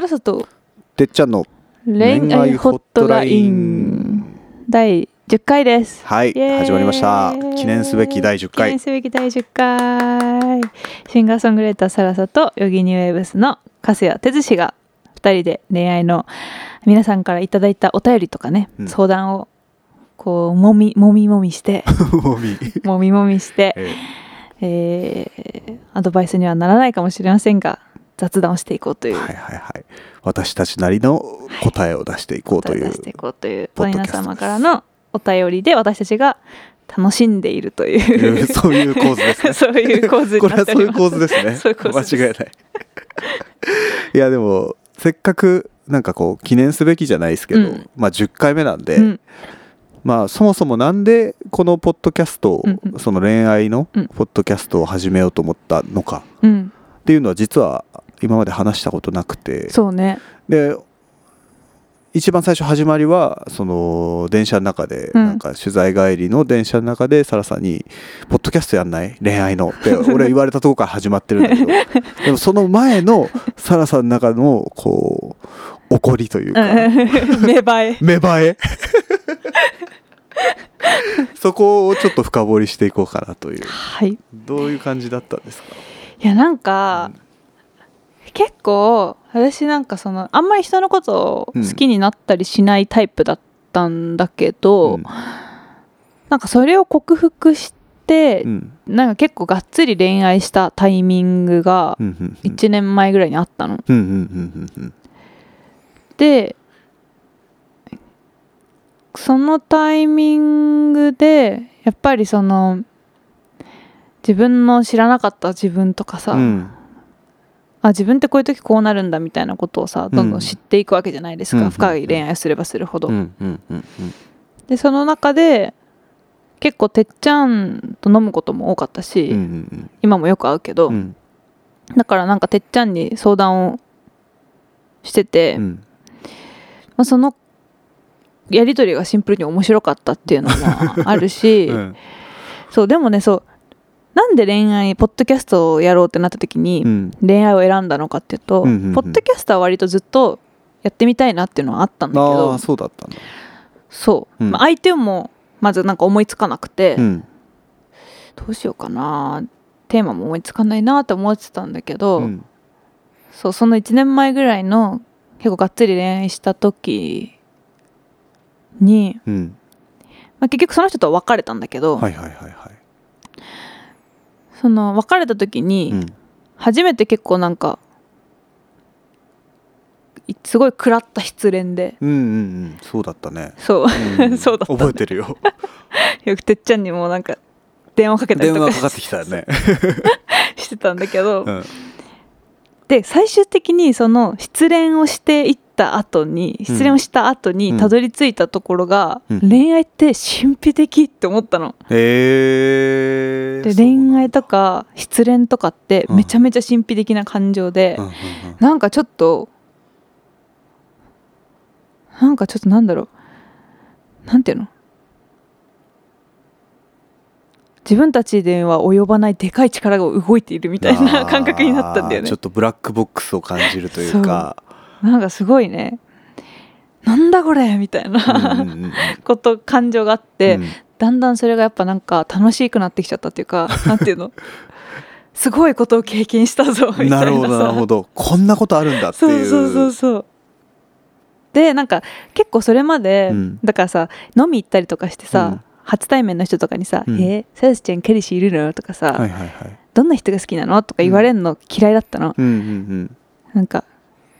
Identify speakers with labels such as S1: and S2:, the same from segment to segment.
S1: るさと
S2: てっちゃんの
S1: 恋愛ホットライン第10回です
S2: はい
S1: イエーイ
S2: 始まりました記念すべき第10
S1: 記
S2: 回
S1: 念すべき第10回シンガーソングライターサラサとヨギニウェーブスの粕谷哲司が2人で恋愛の皆さんからいただいたお便りとかね、
S2: うん
S1: 相談をこうもみもみもみして
S2: もみ
S1: もみもみして、
S2: え
S1: えーアドバイスにはならないかもしれませんが雑談をしていこうとい
S2: ー
S1: う
S2: はいはいはい私たちなりの答えを出していこうという、
S1: 出していこうという
S2: ポッドキャ
S1: 皆
S2: ストです
S1: 様からのお便りで私たちが楽しんでいるという
S2: そういう構図です ね
S1: そういう構図に
S2: これ
S1: な
S2: は
S1: って
S2: そ
S1: お
S2: う
S1: り
S2: いう
S1: ます
S2: 構図ですね
S1: そういう構図です
S2: 間違いない いやでもせっかくなんかこう記念すべきじゃないですけど、
S1: うん
S2: まあ10回目なんで、
S1: うん
S2: まあそもそもなんでこのポッドキャストを、
S1: うんうん
S2: その恋愛の
S1: うん
S2: ポッドキャストを始めようと思ったのか
S1: うん
S2: っていうのは実は今まで話したことなくて
S1: そう ね
S2: で一番最初始まりはその電車の中で、
S1: うん
S2: なんか取材帰りの電車の中でサラさんに「ポッドキャストやんない恋愛の」って俺は言われたとこから始まってるんだけど でもその前のサラさんの中のこう怒りという
S1: う
S2: か、
S1: ん芽生え
S2: 芽生え そこをちょっと深掘りしていこうかなという
S1: はいい
S2: どういう感じだったんですか
S1: やなんか結構私なんかそのあんまり人のことを好きになったりしないタイプだったんだけど、
S2: うん
S1: なんかそれを克服して、
S2: うん
S1: なんか結構がっつり恋愛したタイミングが
S2: うんうんうん
S1: 1年前ぐらいにあったの。
S2: うんうんうんうんうん
S1: でそのタイミングでやっぱりその自分の知らなかった自分とかさ、
S2: うん
S1: あ自分ってこういう時こうなるんだみたいなことをさどんどん知っていくわけじゃないですか、
S2: うん
S1: 深い恋愛をすればするほど。
S2: うんうんうんうん
S1: でその中で結構てっちゃんと飲むことも多かったし、
S2: うん
S1: 今もよく会うけど、
S2: うんうん
S1: だからなんかてっちゃんに相談をしてて、
S2: うん
S1: まあ、そのやり取りがシンプルに面白かったっていうのもあるし、
S2: うん
S1: そうでもねそうなんで恋愛ポッドキャストをやろうってなった時に、
S2: うん
S1: 恋愛を選んだのかっていうと、
S2: うんうんうん
S1: ポッドキャストは割とずっとやってみたいなっていうのはあったんだけ
S2: あ
S1: ど
S2: あそうだったんだ
S1: そう、
S2: うん
S1: まあ、相手もまずなんか思いつかなくて、
S2: うん
S1: どうしようかなテーマも思いつかないなって思ってたんだけど、
S2: うん
S1: そうその1年前ぐらいの結構がっつり恋愛した時に、
S2: うん
S1: まあ、結局その人とは別れたんだけど、
S2: はいはいはいは
S1: その別れた時
S2: い
S1: に、
S2: うん
S1: 初めて結構なんかいすごい食らった失恋で
S2: うんうんうんそうだっ たね
S1: そう
S2: ん
S1: そうだったね
S2: 覚えてるよ
S1: よくてっちゃんにもなんか電話かけたり
S2: 電
S1: とか
S2: 話かかってきたよね
S1: して たんだけど、
S2: うん
S1: で最終的にその失恋をしていった後に失恋をした後
S2: う
S1: に
S2: ん
S1: たどり着いたところが、
S2: うん
S1: 恋愛って神秘的って思ったの。
S2: へえ
S1: で恋愛とか失恋とかって
S2: うん
S1: めちゃめちゃ神秘的な感情で、
S2: うんうん
S1: なんかちょっとなんかちょっとなんだろうなんていうの自分たちでは及ばないでかい力が動いているみたい
S2: あ
S1: な
S2: ー
S1: 感覚になったんだよね
S2: ちょっとブラックボックスを感じるというか
S1: なんかすごいねなんだこれみたいな、
S2: うんうんうん
S1: こと感情があって、
S2: うん
S1: だんだんそれがやっぱなんか楽しくなってきちゃったっていうかなんていうのすごいことを経験したぞみたいなさ
S2: なるほどなるほどこんなことあるんだって
S1: そ
S2: いうう
S1: そうそうそうでなんか結構それまで、
S2: うん
S1: だからさ飲み行ったりとかしてさ、
S2: うん
S1: 初対面の人とかにさ「
S2: うん
S1: えー、さやすちゃん彼氏いるの?」とかさ、
S2: はいはいはい
S1: どんな人が好きなの?」とか言われるの嫌いだったの、
S2: うんうんうん
S1: なんか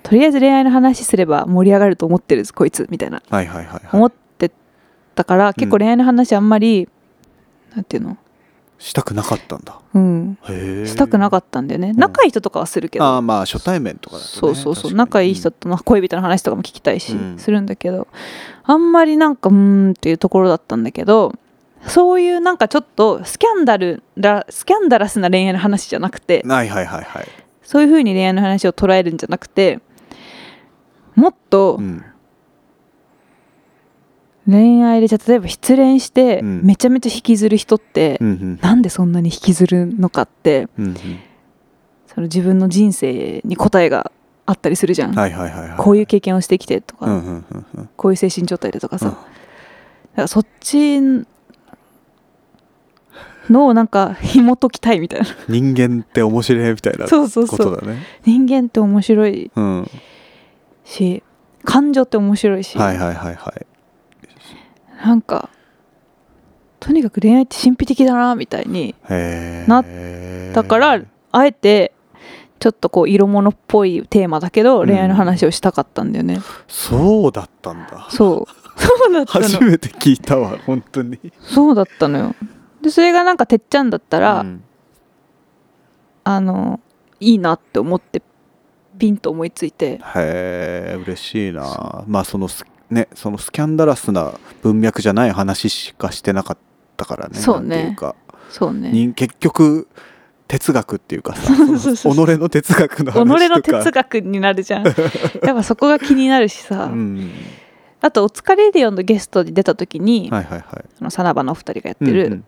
S1: とりあえず恋愛の話すれば盛り上がると思ってるこいつみたいな
S2: はいはいはいは
S1: 思ってたから、結構恋愛の話あんまりなんていうの
S2: いしたくなかったんだ
S1: うん
S2: へえ
S1: したくなかったんだよね、
S2: ん
S1: 仲いい人とかはするけど
S2: ああまあ初対面とかだと、ね、
S1: そうそうそ
S2: 確か
S1: う
S2: に
S1: 仲いい人との恋人の話とかも聞きたいし、
S2: うん
S1: するんだけどあんまりなんかうーんっていうところだったんだけどそういうなんかちょっとスキャンダルだスキャンダラスな恋愛の話じゃなくて
S2: うんはいはいはいはい、
S1: そういうふうに恋愛の話を捉えるんじゃなくてもっと
S2: うん
S1: 恋愛でじゃあ例えば失恋して
S2: うん
S1: めちゃめちゃ引きずる人って、
S2: うんうん
S1: なんでそんなに引きずるのかって
S2: うん
S1: その自分の人生に答えがあったりするじゃん、
S2: はいはいはいはい
S1: こういう経験をしてきてとか、
S2: うんうんうんうん
S1: こういう精神状態でとかさ、
S2: う
S1: だからそっちのをなんか紐解きたいみたいな
S2: ん人間って面白いみたいなこ
S1: そうそうそ
S2: と
S1: う
S2: だね
S1: 人間って面白い
S2: うんは
S1: し感情って面白いし、
S2: いはいはいはい
S1: なんかとにかく恋愛って神秘的だなみたいに
S2: へえ
S1: なだからあえてちょっとこう色物っぽいテーマだけど
S2: うん
S1: 恋愛の話をしたかったんだよね、
S2: そうだったんだ
S1: そうそうだった
S2: 初
S1: の
S2: めて聞いたわ本当に
S1: そうだったのよでそれがなんかてっちゃんだったら、
S2: うん
S1: あのいいなって思ってピンと思いついて
S2: へえ嬉しいなまあそのスねそのスキャンダラスな文脈じゃない話しかしてなかったからね
S1: そうね
S2: なんていうか
S1: そうね
S2: 人結局哲学っていうかさその
S1: そう
S2: 己
S1: そうそう
S2: の哲学の
S1: 己
S2: 話
S1: の
S2: とか
S1: 哲学になるじゃん やっぱそこが気になるしさ、
S2: うん、
S1: あと「お疲れレディオ」のゲストで出た時に、
S2: はいはいはい
S1: そのさなばのお二人がやってる、
S2: うん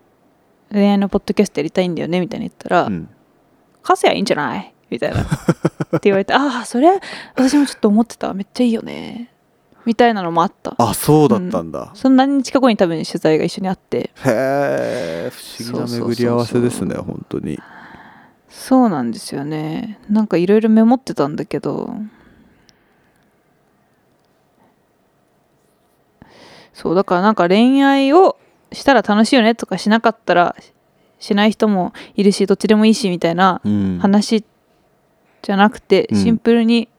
S1: 恋愛のポッドキャストやりたいんだよねみたいに言ったら
S2: うんうん
S1: 「カスヤいいんじゃない?」みたいなって言われ て「ああそれ私もちょっと思ってためっちゃいいよね」みたいなのもあった
S2: あそうだったんだ、
S1: その何日か後に多分取材が一緒にあって
S2: へえ不思議な巡り合わせで
S1: そう
S2: すね
S1: そうそうそう
S2: 本当に
S1: そうなんですよねなんかいろいろメモってたんだけどそうだからなんか恋愛をしたら楽しいよねとかしなかったらししない人もいるしどっちでもいいしみたいな
S2: うん
S1: 話じゃなくて、
S2: うん
S1: シンプルに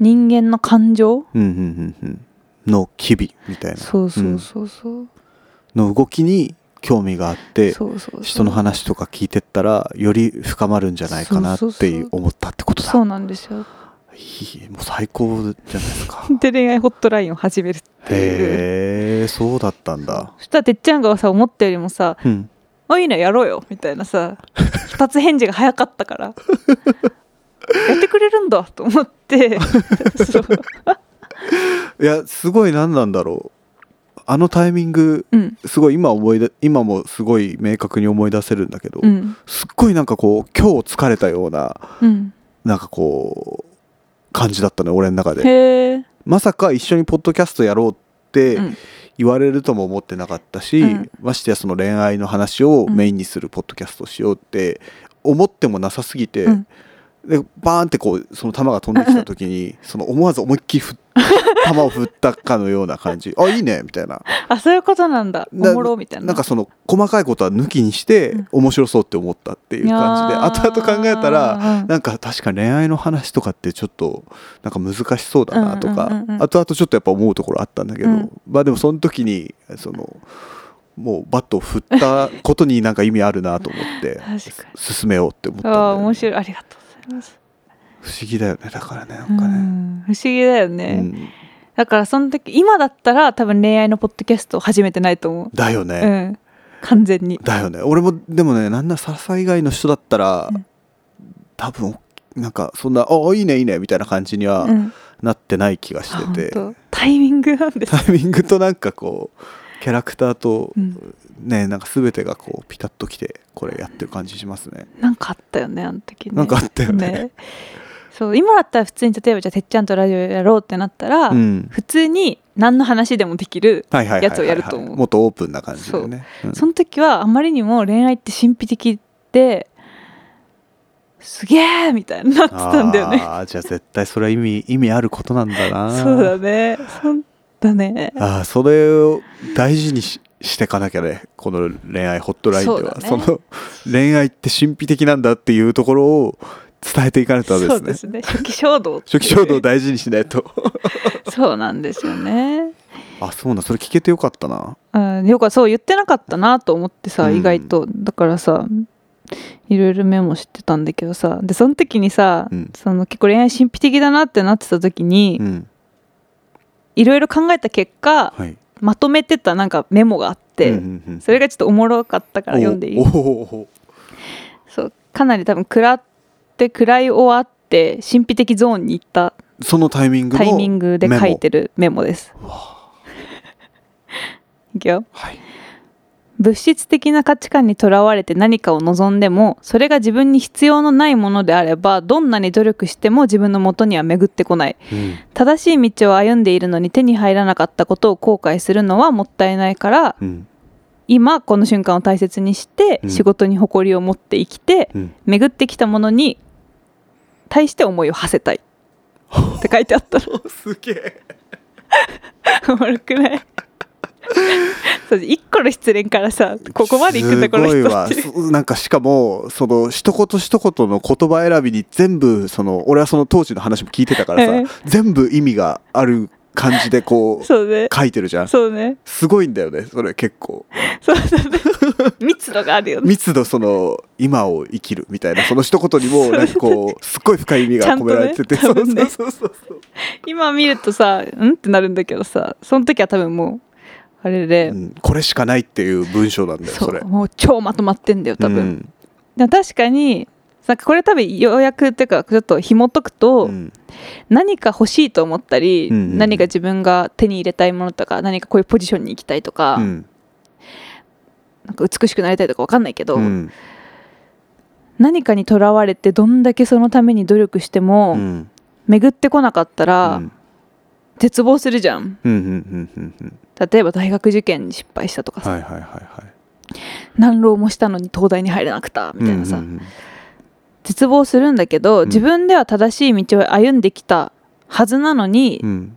S1: 人間の感情、
S2: うんうんうんうんの機微みたいな
S1: そうそ
S2: ん
S1: うそうそう、
S2: の動きに興味があって
S1: そうそうそう
S2: 人の話とか聞いてったらより深まるんじゃないかな
S1: そう
S2: っ
S1: そ
S2: て
S1: うそう
S2: いう思ったってことだ
S1: そうなんですよ
S2: いいもう最高じゃないですか
S1: で恋愛ホットラインを始めるっていう
S2: へえそうだったんだ
S1: そしたらてっちゃんがさ思ったよりもさ
S2: うん
S1: 「あいいのやろうよ」みたいなさ二つ返事が早かったから やってくれるんだと思って そう
S2: いやすごい何なんだろうあのタイミング
S1: うん
S2: すごい今思い出今もすごい明確に思い出せるんだけど、
S1: うん
S2: すっごいなんかこう今日疲れたような
S1: うん
S2: なんかこう感じだったね俺の中で
S1: へえ
S2: まさか一緒にポッドキャストやろうって
S1: うん
S2: 言われるとも思ってなかったし、
S1: うん
S2: ましてやその恋愛の話をメインにするポッドキャストをしようって思ってもなさすぎて、
S1: うん
S2: でバーンってこうその球が飛んできた時 にその思わず思いっきり振っ球を振ったかのような 感じあいいねみたいな
S1: あそういうことなんだお
S2: な
S1: もろみたいな
S2: なんかその細かいことは抜きにして
S1: うん
S2: 面白そうって思ったっていう感じで後々考えたらなんか確かに恋愛の話とかってちょっとなんか難しそうだなと
S1: う
S2: か、
S1: んうんうんうん
S2: 後々ちょっとやっぱ思うところあったんだけど、
S1: うん
S2: まあでもその時にそのもうバットを振ったことになんか意味あるなと思って
S1: 確か
S2: 進めようって思ったんだ
S1: ああ
S2: よね、
S1: 面白いありがとうございます、
S2: 不思議だよねだからねな
S1: うん
S2: んかね、
S1: 不思議だよ
S2: う
S1: ね、
S2: ん
S1: だからその時今だったら多分恋愛のポッドキャストを始めてないと思う、
S2: だよね、
S1: うん完全に
S2: だよね俺もでもねなんなら笹以外の人だったら、
S1: うん
S2: 多分なんかそんな「あいいねいいね」みたいな感じには
S1: うん
S2: なってない気が
S1: あ
S2: し
S1: 本
S2: てて、
S1: 当タイミングなんです
S2: タイミングとなんかこうキャラクターと、
S1: うん
S2: ねなんか全てがこうピタッときてこれやってる感じしますね
S1: なんかあったよねあの時ね
S2: なんかあったよね
S1: そう今だったら普通に例えばじゃあてっちゃんとラジオやろうってなったら、
S2: うん
S1: 普通に何の話でもできる
S2: はいはいはいはいはい
S1: やつをやると思う
S2: もっとオープンな感じでねうん
S1: その時はあまりにも恋愛って神秘的ですげえみたいになってたんだよね
S2: あーじゃあ絶対それは意味意味あることなんだな
S1: そうだねそうだね
S2: あーそれを大事にししてかなきゃねこの恋愛ホットラインでは
S1: そ
S2: そ,、
S1: うだね
S2: の恋愛って神秘的なんだっていうところを伝えていかないとダメで
S1: そ
S2: す
S1: う
S2: ね
S1: ですね初期衝動っていう
S2: 初期衝動を大事にしないと
S1: そうなんですよね
S2: あそうなんそれ聞けてよかったな
S1: うん、よくそう言ってなかったなと思ってさ、
S2: うん
S1: 意外とだからさいろいろメモしてたんだけどさでその時にさ、
S2: うん
S1: その結構恋愛神秘的だなってなってた時に
S2: うん
S1: いろいろ考えた結果
S2: はい
S1: まとめてたなんかメモがあって、
S2: うんうんうん
S1: それがちょっとおもろかったから読んでい
S2: お
S1: い
S2: おおお
S1: そうかなり多分食らって食らい終わって神秘的ゾーンに行った
S2: そのタイミングの
S1: タイミングで書いて
S2: る
S1: るメモです。いくよ
S2: はい
S1: 物質的な価値観にとらわれて何かを望んでもそれが自分に必要のないものであればどんなに努力しても自分の元には巡ってこない
S2: うん
S1: 正しい道を歩んでいるのに手に入らなかったことを後悔するのはもったいないから
S2: うん
S1: 今この瞬間を大切にして
S2: うん
S1: 仕事に誇りを持って生きて
S2: うん
S1: 巡ってきたものに対して思いを馳せたいって書いてあったの
S2: すげえ
S1: 悪くないそう一個の失恋からさここまで行くんだこの
S2: すごい
S1: 人
S2: わ
S1: っていう
S2: そなんかしかもその一言一言の言葉選びに全部その俺はその当時の話も聞いてたか ら
S1: ええ
S2: さ全部意味がある感じでこう
S1: そうね
S2: 書いてるじゃん
S1: そう ね
S2: すごいんだよねそれ結構
S1: そうだね密度があるよね
S2: 密度その今を生きるみたいなその一言にもなんか こうすっごい深い意味が込められてて
S1: ちゃんとね
S2: そうそうそうそう
S1: 今見るとさうんってなるんだけどさその時は多分もうあれで、
S2: うんこれしかないっていう文章なんだよ
S1: そ
S2: そうれ
S1: もう超まとまってんだよ多分、
S2: うん
S1: でも確かになんかこれ多分要約っていうかちょっと紐解くと、
S2: うん
S1: 何か欲しいと思ったり、
S2: うんうん
S1: 何か自分が手に入れたいものとか何かこういうポジションに行きたいとか,、
S2: うん
S1: なんか美しくなりたいとか分かんないけど、
S2: うん
S1: 何かにとらわれてどんだけそのために努力しても、
S2: うん
S1: 巡ってこなかったら、
S2: うん
S1: 絶望するじゃん
S2: うんうんうんうん
S1: 例えば大学受験に失敗したとかさ、
S2: はいはいはいはい
S1: 何浪もしたのに東大に入れなくたみたいなさ、
S2: うんうんうん
S1: 絶望するんだけど、
S2: ん
S1: 自分では正しい道を歩んできたはずなのに、
S2: うん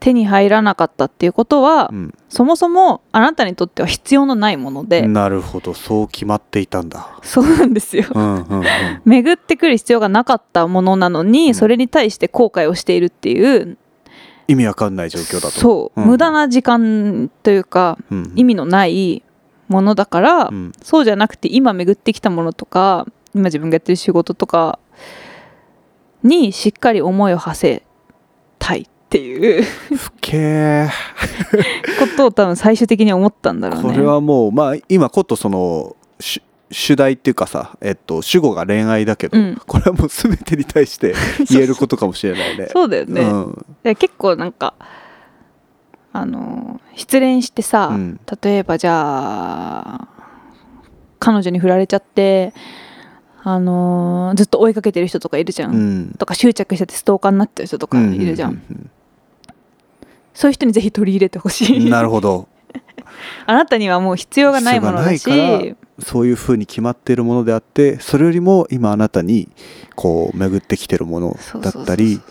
S1: 手に入らなかったっていうことは、
S2: うん
S1: そもそもあなたにとっては必要のないもので、
S2: なるほどそう決まっていたんだ
S1: そうなんですよ。
S2: うんうんうん
S1: 巡ってくる必要がなかったものなのに、
S2: うん
S1: それに対して後悔をしているっていう
S2: 意味わかんない状況だと
S1: そう、
S2: うん
S1: 無駄な時間というか
S2: うんうん
S1: 意味のないものだから、
S2: うん
S1: そうじゃなくて今巡ってきたものとか今自分がやってる仕事とかにしっかり思いを馳せたいって いう
S2: ふけー
S1: ことを多分最終的に思ったんだろうね。
S2: これはもうまあ今ことその主主題っていうかさえっと主語が恋愛だけど、
S1: うん
S2: これはもう全てに対して言えることかもしれないね。
S1: そうだよね、
S2: うん
S1: で結構なんかあのー失恋してさ、
S2: うん
S1: 例えばじゃあ彼女に振られちゃってあのーずっと追いかけてる人とかいるじゃん、
S2: うん
S1: とか執着しててストーカーになっちゃう人とかいるじゃん、
S2: うん
S1: そういう人にぜひ取り入れてほし
S2: うん
S1: い
S2: なるほど
S1: あなたにはもう必要がないものだし
S2: 必要がないそういうふうに決まっているものであってそれよりも今あなたにこう巡ってきてるものだったり
S1: そうそう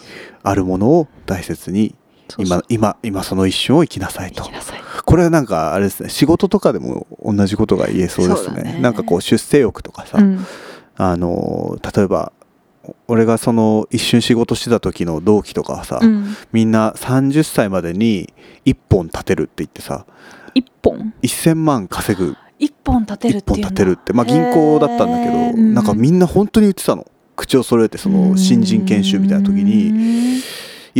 S2: あるものを大切に
S1: そうそう
S2: 今今今その一瞬を生きなさい
S1: 行
S2: と
S1: きなさい
S2: これはなんかあれですね仕事とかでも同じことが言えそうです
S1: そうだ
S2: ね
S1: ね
S2: なんかこう出世欲とかさ、
S1: うん
S2: あの例えばお俺がその一瞬仕事してた時の同期とかはさ、
S1: うん
S2: みんな30歳までに1本立てるって言ってさ
S1: 一本
S2: 1000万稼ぐ
S1: 一本立てるっ
S2: 1
S1: ていう
S2: 本
S1: の
S2: 立てるってまあ銀行だったんだけ
S1: へー
S2: どなんかみんな本当に言ってたの口を揃えてその新人研修みたいな時に。
S1: に
S2: い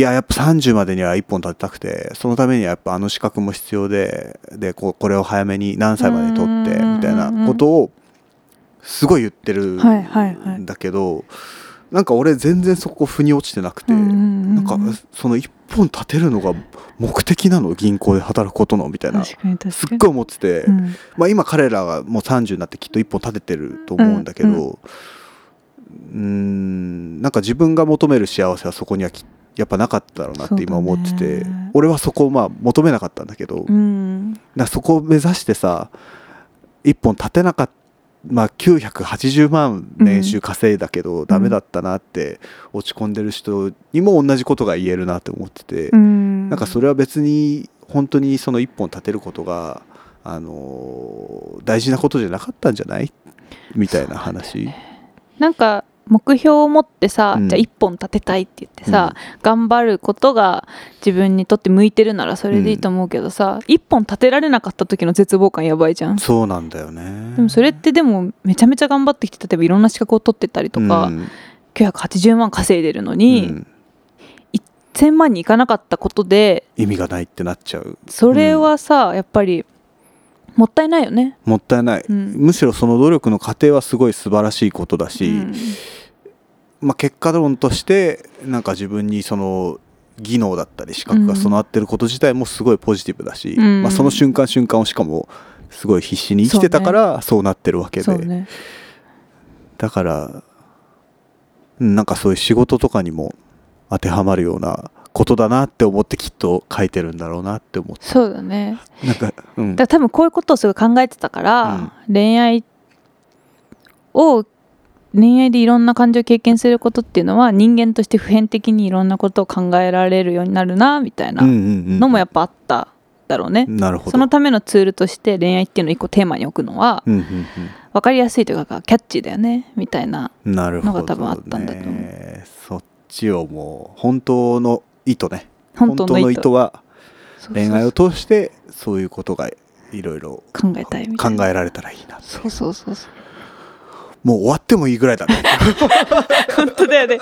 S2: ややっぱ30までには1本立てたくてそのためにはやっぱあの資格も必要ででこうこれを早めに何歳までに取って
S1: うん
S2: みたいなことをすごい言ってる
S1: はいはいはい
S2: んだけど、なんか俺全然そこ腑に落ちてなくて、
S1: な
S2: なんかその1本立てるのが目的なの銀行で働くことのみたいなす
S1: 確かに確かに
S2: っごい思ってて、
S1: うん
S2: まあ、今彼らはもう30になってきっと1本立ててると思うんだけど、
S1: うん
S2: うーんなんか自分が求める幸せはそこにはきやっぱなかったろうなって今思って
S1: そう
S2: て、
S1: だね
S2: 俺はそこをまあ求めなかったんだけど、
S1: う
S2: だか
S1: ん
S2: らそこを目指してさ1本立てなかった。まあ、980万年収稼いだけどダメだったなって落ち込んでる人にも同じことが言えるなって思ってて、
S1: うん
S2: なんかそれは別に本当にその一本立てることが、あのー大事なことじゃなかったんじゃないみたいな話。
S1: なんか目標を持ってさ、
S2: うん
S1: じゃあ一本立てたいって言ってさ、頑張ることが自分にとって向いてるならそれでいいと思うけどさ、一本立てられなかった時の絶望感やばいじゃん。
S2: そうなんだよね。
S1: でもそれってでもめちゃめちゃ頑張ってきて例えばいろんな資格を取ってたりとか、
S2: うん
S1: 980万稼いでるの
S2: う
S1: に、
S2: ん
S1: 1000万にいかなかったことで
S2: 意味がないってなっちゃう。
S1: それはさ、やっぱりもったいないよね。
S2: もったいない、
S1: うん
S2: むしろその努力の過程はすごい素晴らしいことだし、
S1: うん
S2: まあ、結果論としてなんか自分にその技能だったり資格が備わってること自体もすごいポジティブだし、
S1: うん
S2: まあ、その瞬間瞬間をしかもすごい必死に生きてたからそうなってるわけ
S1: そ
S2: で、
S1: うね
S2: だからうんなんかそういう仕事とかにも当てはまるようなことだなって思ってきっと書いてるんだろうなって思っ
S1: そうだね
S2: てなんか、うん、
S1: だから多分こういうことをすごい考えてたから、恋愛を恋愛でいろんな感情を経験することっていうのは人間として普遍的にいろんなことを考えられるようになるなみたいな
S2: うんうんうん
S1: のもやっぱあっただろうね、
S2: なるほど
S1: そのためのツールとして恋愛っていうのを一個テーマに置くのは
S2: うんうんうん
S1: 分かりやすいというかキャッチーだよねみたいな
S2: なるほど、ね、
S1: のが多分あったんだと思
S2: そっちをもう本当の意図ね
S1: 本当の意図
S2: は
S1: そうそう
S2: 恋愛を通してそういうことがいろいろ
S1: 考えたいみた
S2: 考
S1: いな
S2: えられたらいいな
S1: そうそうそうそう
S2: もう終わってもいいぐらいだ ね
S1: 本当だよね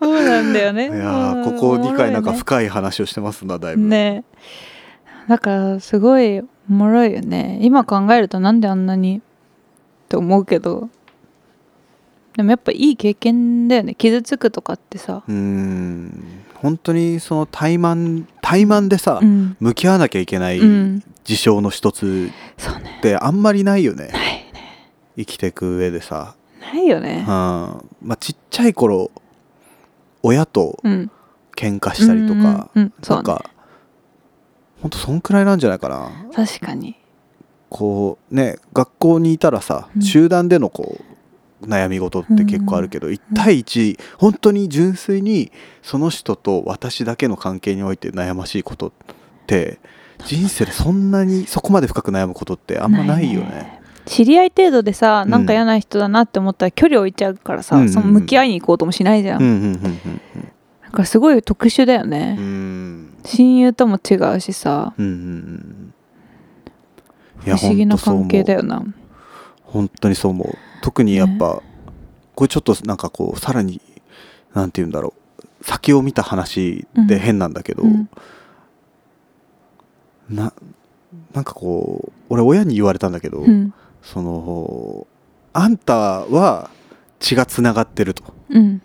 S1: そうなんだよね
S2: いやーここ2回なんか深い話をしてますなだいぶ、
S1: ねだからすごいおもろいよね今考えるとなんであんなにって思うけどでもやっぱいい経験だよね傷つくとかってさ、
S2: うーん本当にその怠慢怠慢でさ、
S1: うん
S2: 向き合わなきゃいけない
S1: うん、
S2: 事象の一つ
S1: そうね
S2: ってあんまりないよ
S1: な
S2: ね
S1: いね
S2: 生きていく上でさ、
S1: ないよ
S2: うん
S1: ね
S2: まあ、ちっちゃい頃親と
S1: うん
S2: 喧嘩したり
S1: う
S2: とか、
S1: んうんうんそう
S2: なん
S1: ね
S2: かほんとそんくらいなんじゃないかな
S1: 確かに
S2: こうね学校にいたらさ、
S1: うん
S2: 集団でのこう悩み事って結構あるけど、1対1本当に純粋にその人と私だけの関係において悩ましいことって人生でそんなにそこまで深く悩むことってあんまないよね。
S1: 知り合い程度でさ
S2: うん
S1: なんか嫌な人だなって思ったら距離置いちゃうからさ、
S2: うんうんうん
S1: その向き合いに行こうともしないじゃん、、
S2: うんんうんうん
S1: だからすごい特殊だよ
S2: うんう
S1: ね、
S2: ん
S1: 親友とも違うしさ
S2: うんうんうんい
S1: 不
S2: や
S1: 思議な
S2: ほんとそう思
S1: 関係
S2: う
S1: だよな
S2: 本当にそう思う特にやっぱ、これちょっとなんかこうさらになんて言うんだろう先を見た話で変なんだけど、
S1: うん
S2: ななんかこう俺親に言われたんだけど、
S1: うん
S2: そのあんたは血がつながってると
S1: うん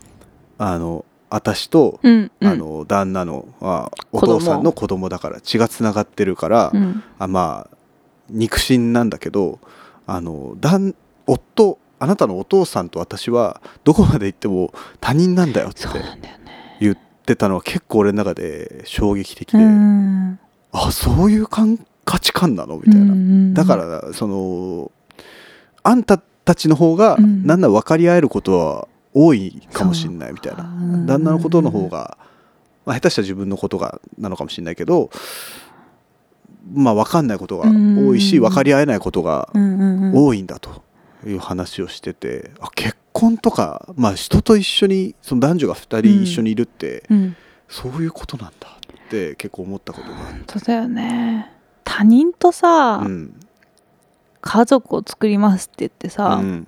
S2: あの私と、
S1: うんうん
S2: あの旦那のあお
S1: 子供
S2: 父さんの子供だから血がつながってるから、
S1: うん
S2: あまあ肉親なんだけどあのだん夫あなたのお父さんと私はどこまで行っても他人なんだよって
S1: そうなんだよね
S2: 言ってたのは結構俺の中で衝撃的
S1: う
S2: で、
S1: ん
S2: あそういう感価値観なのみたいな、
S1: な
S2: だからそのあんたたちの方が
S1: うん
S2: なんなら分かり合えることは多いかもしれないみたいな、旦那のことの方が、まあ、下手したら自分のことがなのかもしれないけどまあ分かんないことが多いし
S1: うん
S2: 分かり合えないことが
S1: うんうんうん
S2: 多いんだという話をしててあ結婚とか、まあ、人と一緒にその男女が2人一緒にいるって、
S1: うん
S2: そういうことなんだって結構思ったことがある。
S1: そうだよね他人とさ、
S2: うん
S1: 家族を作りますって言ってさ、
S2: うん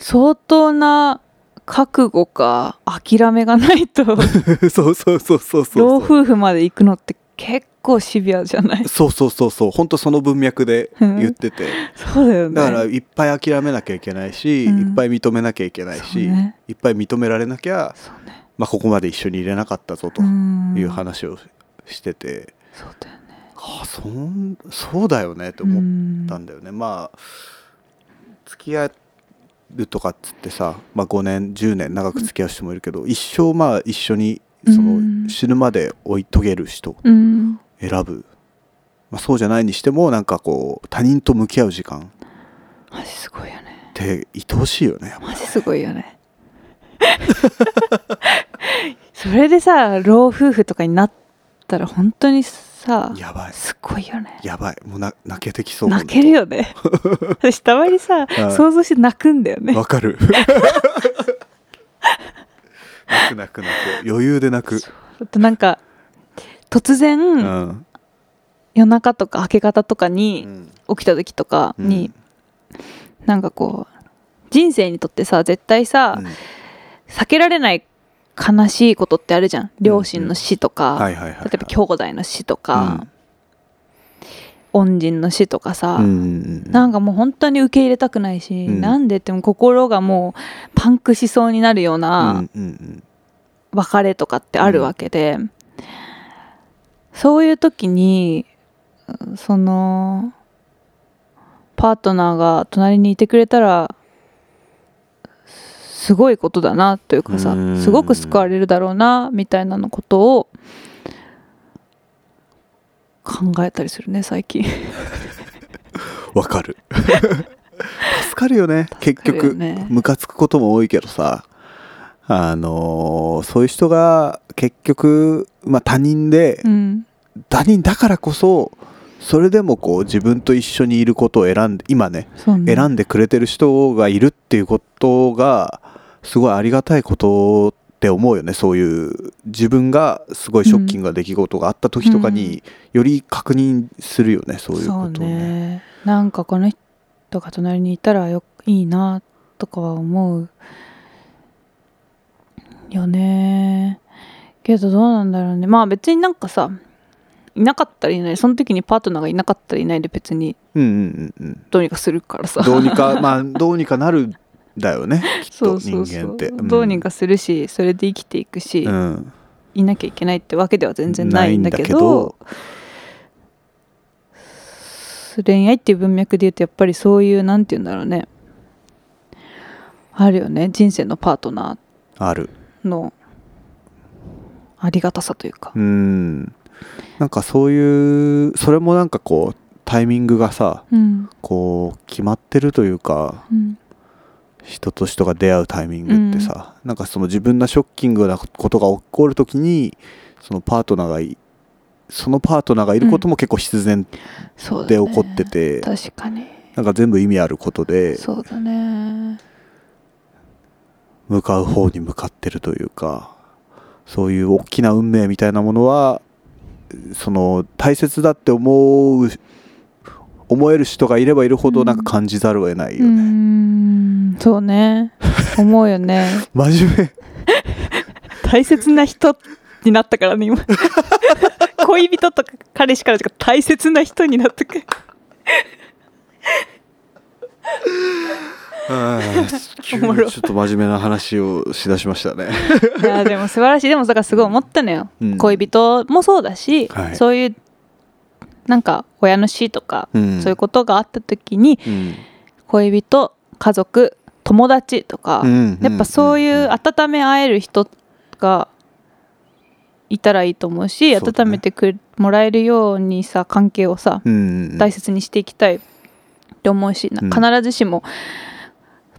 S1: 相当な覚悟か諦めがないと
S2: そうそうそうそうそう
S1: 老
S2: そう
S1: 夫婦まで行くのって結構シビアじゃ ない
S2: そうそうそうそう本当その文脈で言ってて、
S1: そうだよね
S2: だからいっぱい諦めなきゃいけないし、
S1: うん
S2: いっぱい認めなきゃいけない
S1: そう
S2: し、
S1: ね
S2: いっぱい認められなきゃ、
S1: そうね
S2: まあ、ここまで一緒にいれなかったぞと
S1: うん
S2: いう話をしてて、
S1: そうだよね
S2: あそんそうだよねって思ったんだよね、まあ付き合うとかっつってさ、まあ、5年10年長く付き合う人もいるけど、一生まあ一緒にそ
S1: うん
S2: の死ぬまで追い遂げる人
S1: うん
S2: 選ぶ、まあ、そうじゃないにしてもなんかこう他人と向き合う時間
S1: マジすごいよね
S2: って愛おしいよねやっぱ
S1: マジすごいよ ねそれでさ老夫婦とかになったら本当にさ
S2: やばい
S1: すごいよね
S2: やばいもうな泣けてきそう
S1: 泣けるよね 私たまにさ
S2: い
S1: 想像して泣くんだよね
S2: わかる 泣く泣く泣く余裕で泣く
S1: あとなんか突然、
S2: うん
S1: 夜中とか明け方とか
S2: う
S1: に
S2: ん
S1: 起きた時とか
S2: うん
S1: に、なんかこう人生にとってさ絶対さ、
S2: うん
S1: 避けられない悲しいことってあるじゃん両親の死とか、
S2: はいはいはいはい
S1: 例えば兄弟の死とか、恩人の死とかさ、
S2: うん
S1: なんかもう本当に受け入れたくないし、
S2: うん
S1: なんでっても心がもうパンクしそうになるよう
S2: う
S1: なん
S2: うん
S1: 別れとかってあるわけで、そういう時にうんそのパートナーが隣にいてくれたらすごいことだなというかさ
S2: うん
S1: すごく救われるだろうなみたいなのことを考えたりするね最近。
S2: わ かる助かるよね結
S1: 助かる
S2: 局
S1: よね
S2: ムカつくことも多いけどさあのーそういう人が結局、まあ、他人で、
S1: うん
S2: 他人だからこそそれでもこう自分と一緒にいることを選んで今ね
S1: そうね
S2: 選んでくれてる人がいるっていうことがすごいありがたいことって思うよねそういう自分がすごいショッキングな出来事があった時とかにより確認するよねそういうことを
S1: そう
S2: ね。
S1: ねなんかこの人が隣にいたらよいいなとかは思うよねけどどうなんだろうねまあ別になんかさいなかったりいないその時にパートナーがいなかったりいないで別に
S2: うんうんうんうん
S1: どうにかするからさ
S2: どうにかまあどうにかなるんだよねきっ
S1: そ
S2: と
S1: うそ
S2: 人
S1: うそ
S2: 間っ
S1: う
S2: て。ん
S1: どうにかするしそれで生きていくし、
S2: うん
S1: いなきゃいけないってわけでは全然ないんだけど恋愛っていう文脈で言うとやっぱりそういうなんて言うんだろうねあるよね人生のパートナ
S2: ある
S1: ーのありがたさというか
S2: うんなんかそういうそれもなんかこうタイミングがさ
S1: うん
S2: こう決まってるというか
S1: うん
S2: 人と人が出会うタイミングってさ、なんかその自分がショッキングなことが起こるときにそのパートナーがいそのパートナーがいることも結構必然
S1: そうだ
S2: で
S1: ね
S2: 起こってて、
S1: 確かに
S2: なんか全部意味あることで
S1: そうだね
S2: 向かう方に向かってるというかそういう大きな運命みたいなものはその大切だって思う思える人がいればいるほ
S1: う
S2: ど
S1: ん
S2: なんか感じざるを得な
S1: う
S2: いよ
S1: ー
S2: ね。
S1: んそうね思うよね
S2: 真面目
S1: 大切な人になったからね今 恋人とか彼氏からとか大切な人になったから
S2: 急に
S1: おもろ
S2: ちょっと真面目な話をしだしましたね。
S1: いやでも素晴らしいでもだからすごい思ったのよ、
S2: うん
S1: 恋人もそうだし、
S2: はい
S1: そういうなんか親の死とか、
S2: う ん
S1: そういうことがあった時に
S2: うん
S1: 恋人家族友達とか、
S2: うん
S1: やっぱそうい
S2: ん
S1: う温め合える人がいたらいいと思うし
S2: そうだ
S1: 温
S2: ね
S1: めてくれもらえるようにさ関係をさ
S2: うん
S1: 大切にしていきたいって思うし、な
S2: うん
S1: 必ずしも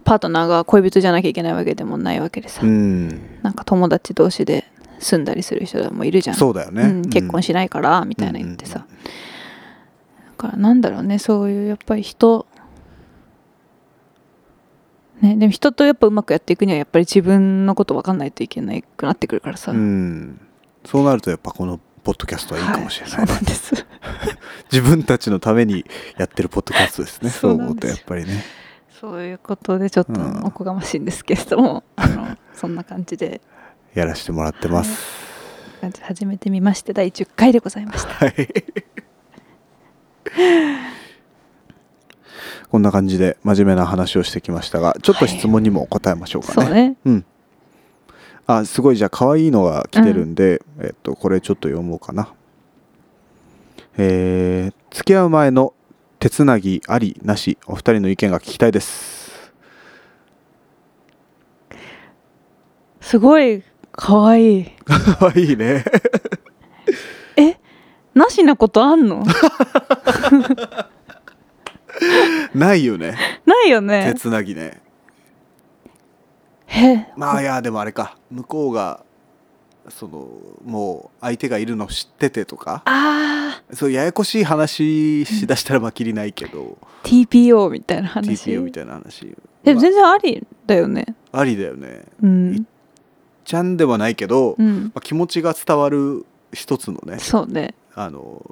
S1: パートナーが恋人じゃなきゃいけないわけでもないわけでさ、
S2: うん
S1: なんか友達同士で住んだりする人もいるじゃん
S2: そうだよね、
S1: うん結婚しないからみたいな言ってさ、だからなんだろうねそういうやっぱり人ねでも人とやっぱうまくやっていくにはやっぱり自分のこと分かんないといけなくなってくるからさ、
S2: うん、うんそうなるとやっぱこのポッドキャストはいいかもしれない、
S1: はそうなんです
S2: 自分たちのためにやってるポッドキャストです ね
S1: そう
S2: そう
S1: な
S2: 思
S1: ん
S2: う
S1: で
S2: と
S1: すよ
S2: やっぱりね
S1: そういうことでちょっと
S2: うん
S1: おこがましいんですけれども、あのそんな感じで
S2: やらせてもらってます
S1: 感じで始めてみまして第10回でございました
S2: はい こんな感じで真面目な話をしてきましたがちょっと質問にも答えましょうかね、
S1: そうね
S2: うん。あ、すごい、じゃあ、可愛いのが来てるんで、えっと、これちょっと読もうかな。えー付き合う前の手つなぎありなし、お二人の意見が聞きたいです。
S1: すごい可愛い
S2: 可愛いね。
S1: えなしなことあん の
S2: ないよね。
S1: ないよ
S2: 手
S1: ね
S2: つなぎね。
S1: え
S2: まあ、いや、でもあれか、向こうが、その、もう、相手がいるの知っててとか、
S1: あ
S2: そう、ややこしい話しだしたら、まあ、きりないけど、
S1: ー TPO みたいな話
S2: TPO みたいな話。
S1: でも全然ありだよね
S2: まあありだよね。
S1: うん、
S2: ちゃんではないけど、
S1: うん、
S2: まあ、気持ちが伝わる一つのね
S1: そうね
S2: あの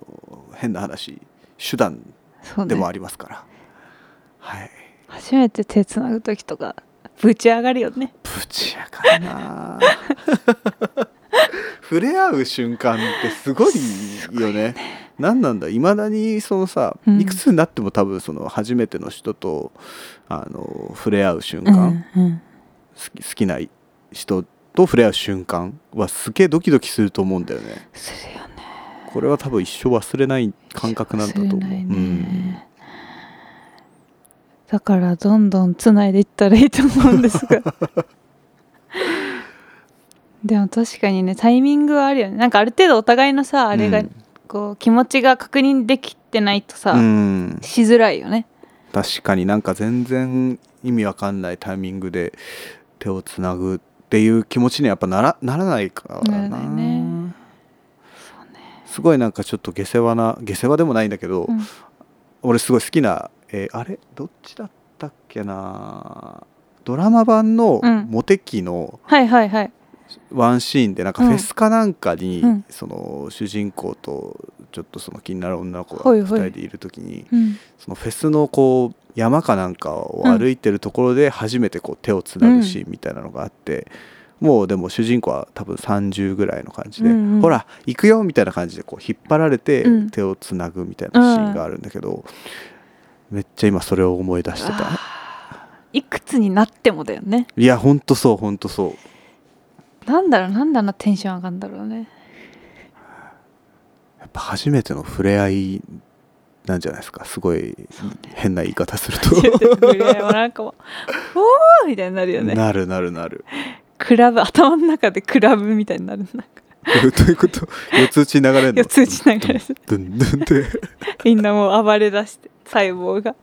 S2: 変な話手段
S1: そう
S2: で
S1: ね
S2: もありますから、はい
S1: 初めて手つなぐ時とかぶち上がるよね
S2: ぶちやか らな触れ合う瞬間ってすごいよね何なんだいまだにそのさ、
S1: うん
S2: いくつになっても多分その初めての人とあの触れ合う瞬
S1: う
S2: 間、
S1: んうん
S2: 好き好きな人と触れ合う瞬間はすげえドキドキすると思うんだよね
S1: するよね
S2: これは多分一生忘れない感覚なんだと思う、
S1: 忘れない
S2: うん、
S1: ねだからどんどんつないでいったらいいと思うんです がでも確かにねタイミングはあるよねなんかある程度お互いのさあれが、
S2: うん
S1: こう気持ちが確認できてないとさ、
S2: うん、
S1: しづらいよね
S2: 確かになんか全然意味わかんないタイミングで手をつなぐっていう気持ちにはやっぱならならないからな
S1: ならないね
S2: すごいなんかちょっと下世話な下世話でもないんだけど、
S1: うん
S2: 俺すごい好きな、えーあれどっちだったっけなドラマ版の
S1: うん
S2: モテ期の
S1: はいはいはい
S2: ワンシーンでなんか
S1: うん
S2: フェスかなんかに、
S1: うん
S2: その主人公とちょっとその気になる女の子が
S1: はい
S2: 2
S1: はい
S2: 人でいる時に
S1: うん
S2: そのフェスのこう山かなんかを歩いてるところで初めてこう手をつなぐシーンみたいなのがあって、もうでも主人公は多分30ぐらいの感じで、
S1: うんうん
S2: ほら行くよみたいな感じでこう引っ張られて
S1: うん
S2: 手をつなぐみたいなシーンがあるんだけど、めっちゃ今それを思い出してた
S1: いくつになってもだよね
S2: いやほんとそうほんとそう
S1: なんだろうなんだなテンション上がるんだろう ね
S2: やっぱ初めての触れ合いなんじゃないですかすごい変な言い方す る
S1: 言って
S2: と。
S1: てくれもなんかもう 「おー!」みたいになるよね
S2: なるなるなる
S1: クラブ頭の中でクラブみたいになるなんか
S2: どういうこと四つ打ちに流れるの
S1: 四つ打ち流れる
S2: ドゥンドゥンドゥンって
S1: みんなもう暴れ出して細胞が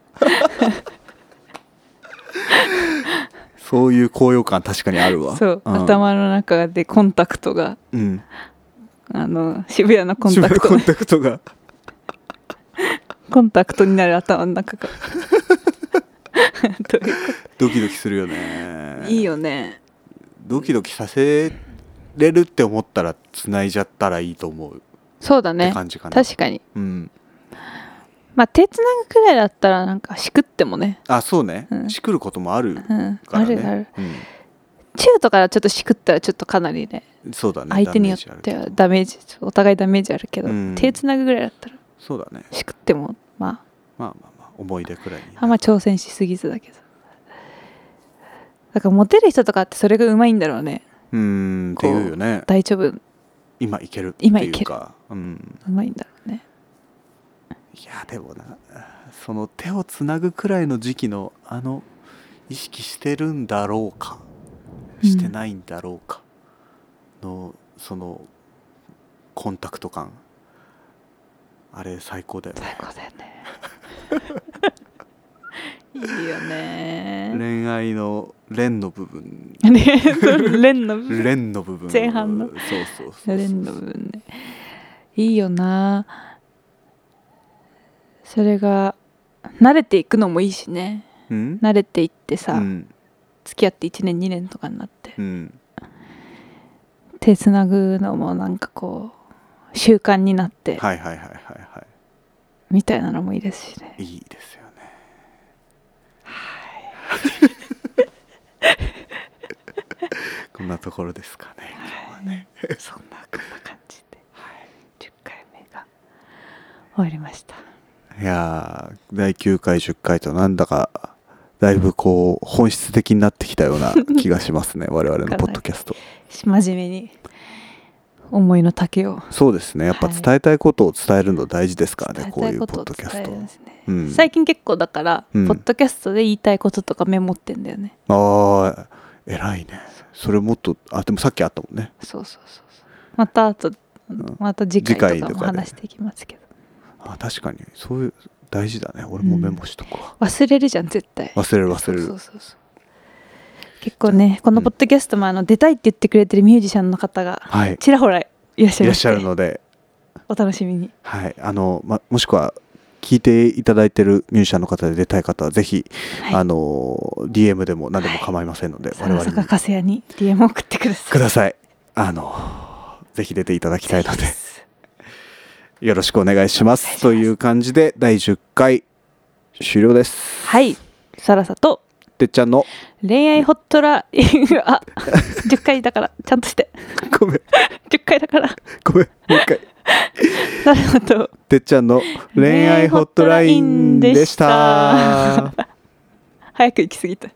S2: そういう高揚感確かにあるわ。
S1: そう、
S2: ん、
S1: 頭の中でコンタクトが
S2: うん。
S1: あの渋谷のコンタク
S2: コ
S1: ト
S2: ンタクトが。
S1: コンタクトになる頭の中がどういうこ
S2: ドキドキするよ
S1: と
S2: ね。
S1: いいよね
S2: ドキドキさせれるって思ったら繋いじゃったらいいと思うっ
S1: そうだ
S2: て
S1: ね
S2: 感じかな。
S1: 確かに
S2: うん。
S1: まあ手つなぐくらいだったらなんかしくってもね、
S2: あ、そうね
S1: う。ん
S2: しくることもあるか
S1: うん、あ
S2: ら
S1: る
S2: ね。
S1: ある
S2: うん
S1: チューとかちょっとしくったらちょっとかなりね
S2: そうだね。
S1: 相手によっ
S2: ダメージ
S1: て
S2: ある
S1: は
S2: けど
S1: ダメージお互いダメージあるけど、
S2: うん
S1: 手つなぐぐらいだったら
S2: そうだね。
S1: しくってもま
S2: まあまあまあ、思い出くらいに。
S1: ああんま挑戦しすぎずだけどだからモテる人とかってそれがうまいんだろうね
S2: うーん、っていうよね。
S1: 大丈夫う
S2: 今いける。
S1: 今いける
S2: っていうか。うん。
S1: まいんだろうね
S2: いやでもなその手をつなぐくらいの時期のあの意識してるんだろうか
S1: うん
S2: してないんだろうかの、そのコンタクト感あれ最高だよね
S1: 最高だよねいいよね
S2: 恋愛の「連」の部分
S1: ね レンの
S2: 「
S1: 部分
S2: 連」の部分
S1: 前半の
S2: そうそうそうそう
S1: レンの部分ねいいよなそれが慣れていくのもいいしね
S2: うん
S1: 慣れていってさ、
S2: うん
S1: 付き合って1年2年とかになって
S2: うん
S1: 手つなぐのもなんかこう習慣になって
S2: はいはいはいはいは
S1: みたいなのもいいですしね
S2: いいいですよねはいこんなところですかね今日はね
S1: そんなこんな感じで、10回目が終わりました
S2: いやー第9回10回となんだかだいぶこう本質的になってきたような気がします ね我々のポッドキャスト
S1: 真面目に思いの丈を
S2: そうですねやっぱ
S1: はい
S2: 伝えたいことを伝えるの大事ですから
S1: 伝え
S2: ね、こう
S1: た
S2: い
S1: いうこ
S2: ポ
S1: と
S2: ッ
S1: を
S2: ドキ
S1: 伝
S2: ャス
S1: え
S2: ト
S1: るんですね、
S2: うん
S1: 最近結構だから、
S2: うん
S1: ポッドキャストで言いたいこととかメモってんだよね
S2: ああ偉いねそれもっとあでもさっきあったもんね
S1: そうそうそうそうまたあと
S2: ん
S1: また次回とか
S2: 次回と
S1: も
S2: かで
S1: 話していきますけど
S2: あ確かにそういう大事だね俺もメモしとくわ、
S1: 忘れるじゃん絶対
S2: 忘れる忘れる
S1: そうそうそうそう結構ねこのポッドキャストもあの出たいって言ってくれてるミュージシャンの方が
S2: はい
S1: ちらほらいらっしゃ
S2: い
S1: い
S2: ら
S1: ま
S2: っしゃる
S1: して
S2: ので
S1: お楽しみに
S2: はい、あの、ま、もしくは聞いていただいてるミュージシャンの方で出たい方はぜひ、
S1: はい
S2: あの DM でも何でも構いませんので、
S1: 笹
S2: 我々
S1: 坂
S2: に
S1: かせやに DM 送ってください
S2: くださいあのぜひ出ていただきたいのでよろしくお願いします
S1: お願いします
S2: という感じで第10回終了です
S1: はいさらさと
S2: てっちゃんの
S1: 恋愛ホットラインあ10回だからちゃんとして
S2: ごめん
S1: 10回だから
S2: ごめんもう一回
S1: さらさと
S2: てっちゃんの恋愛ホットラインでした。
S1: 早く行き過ぎた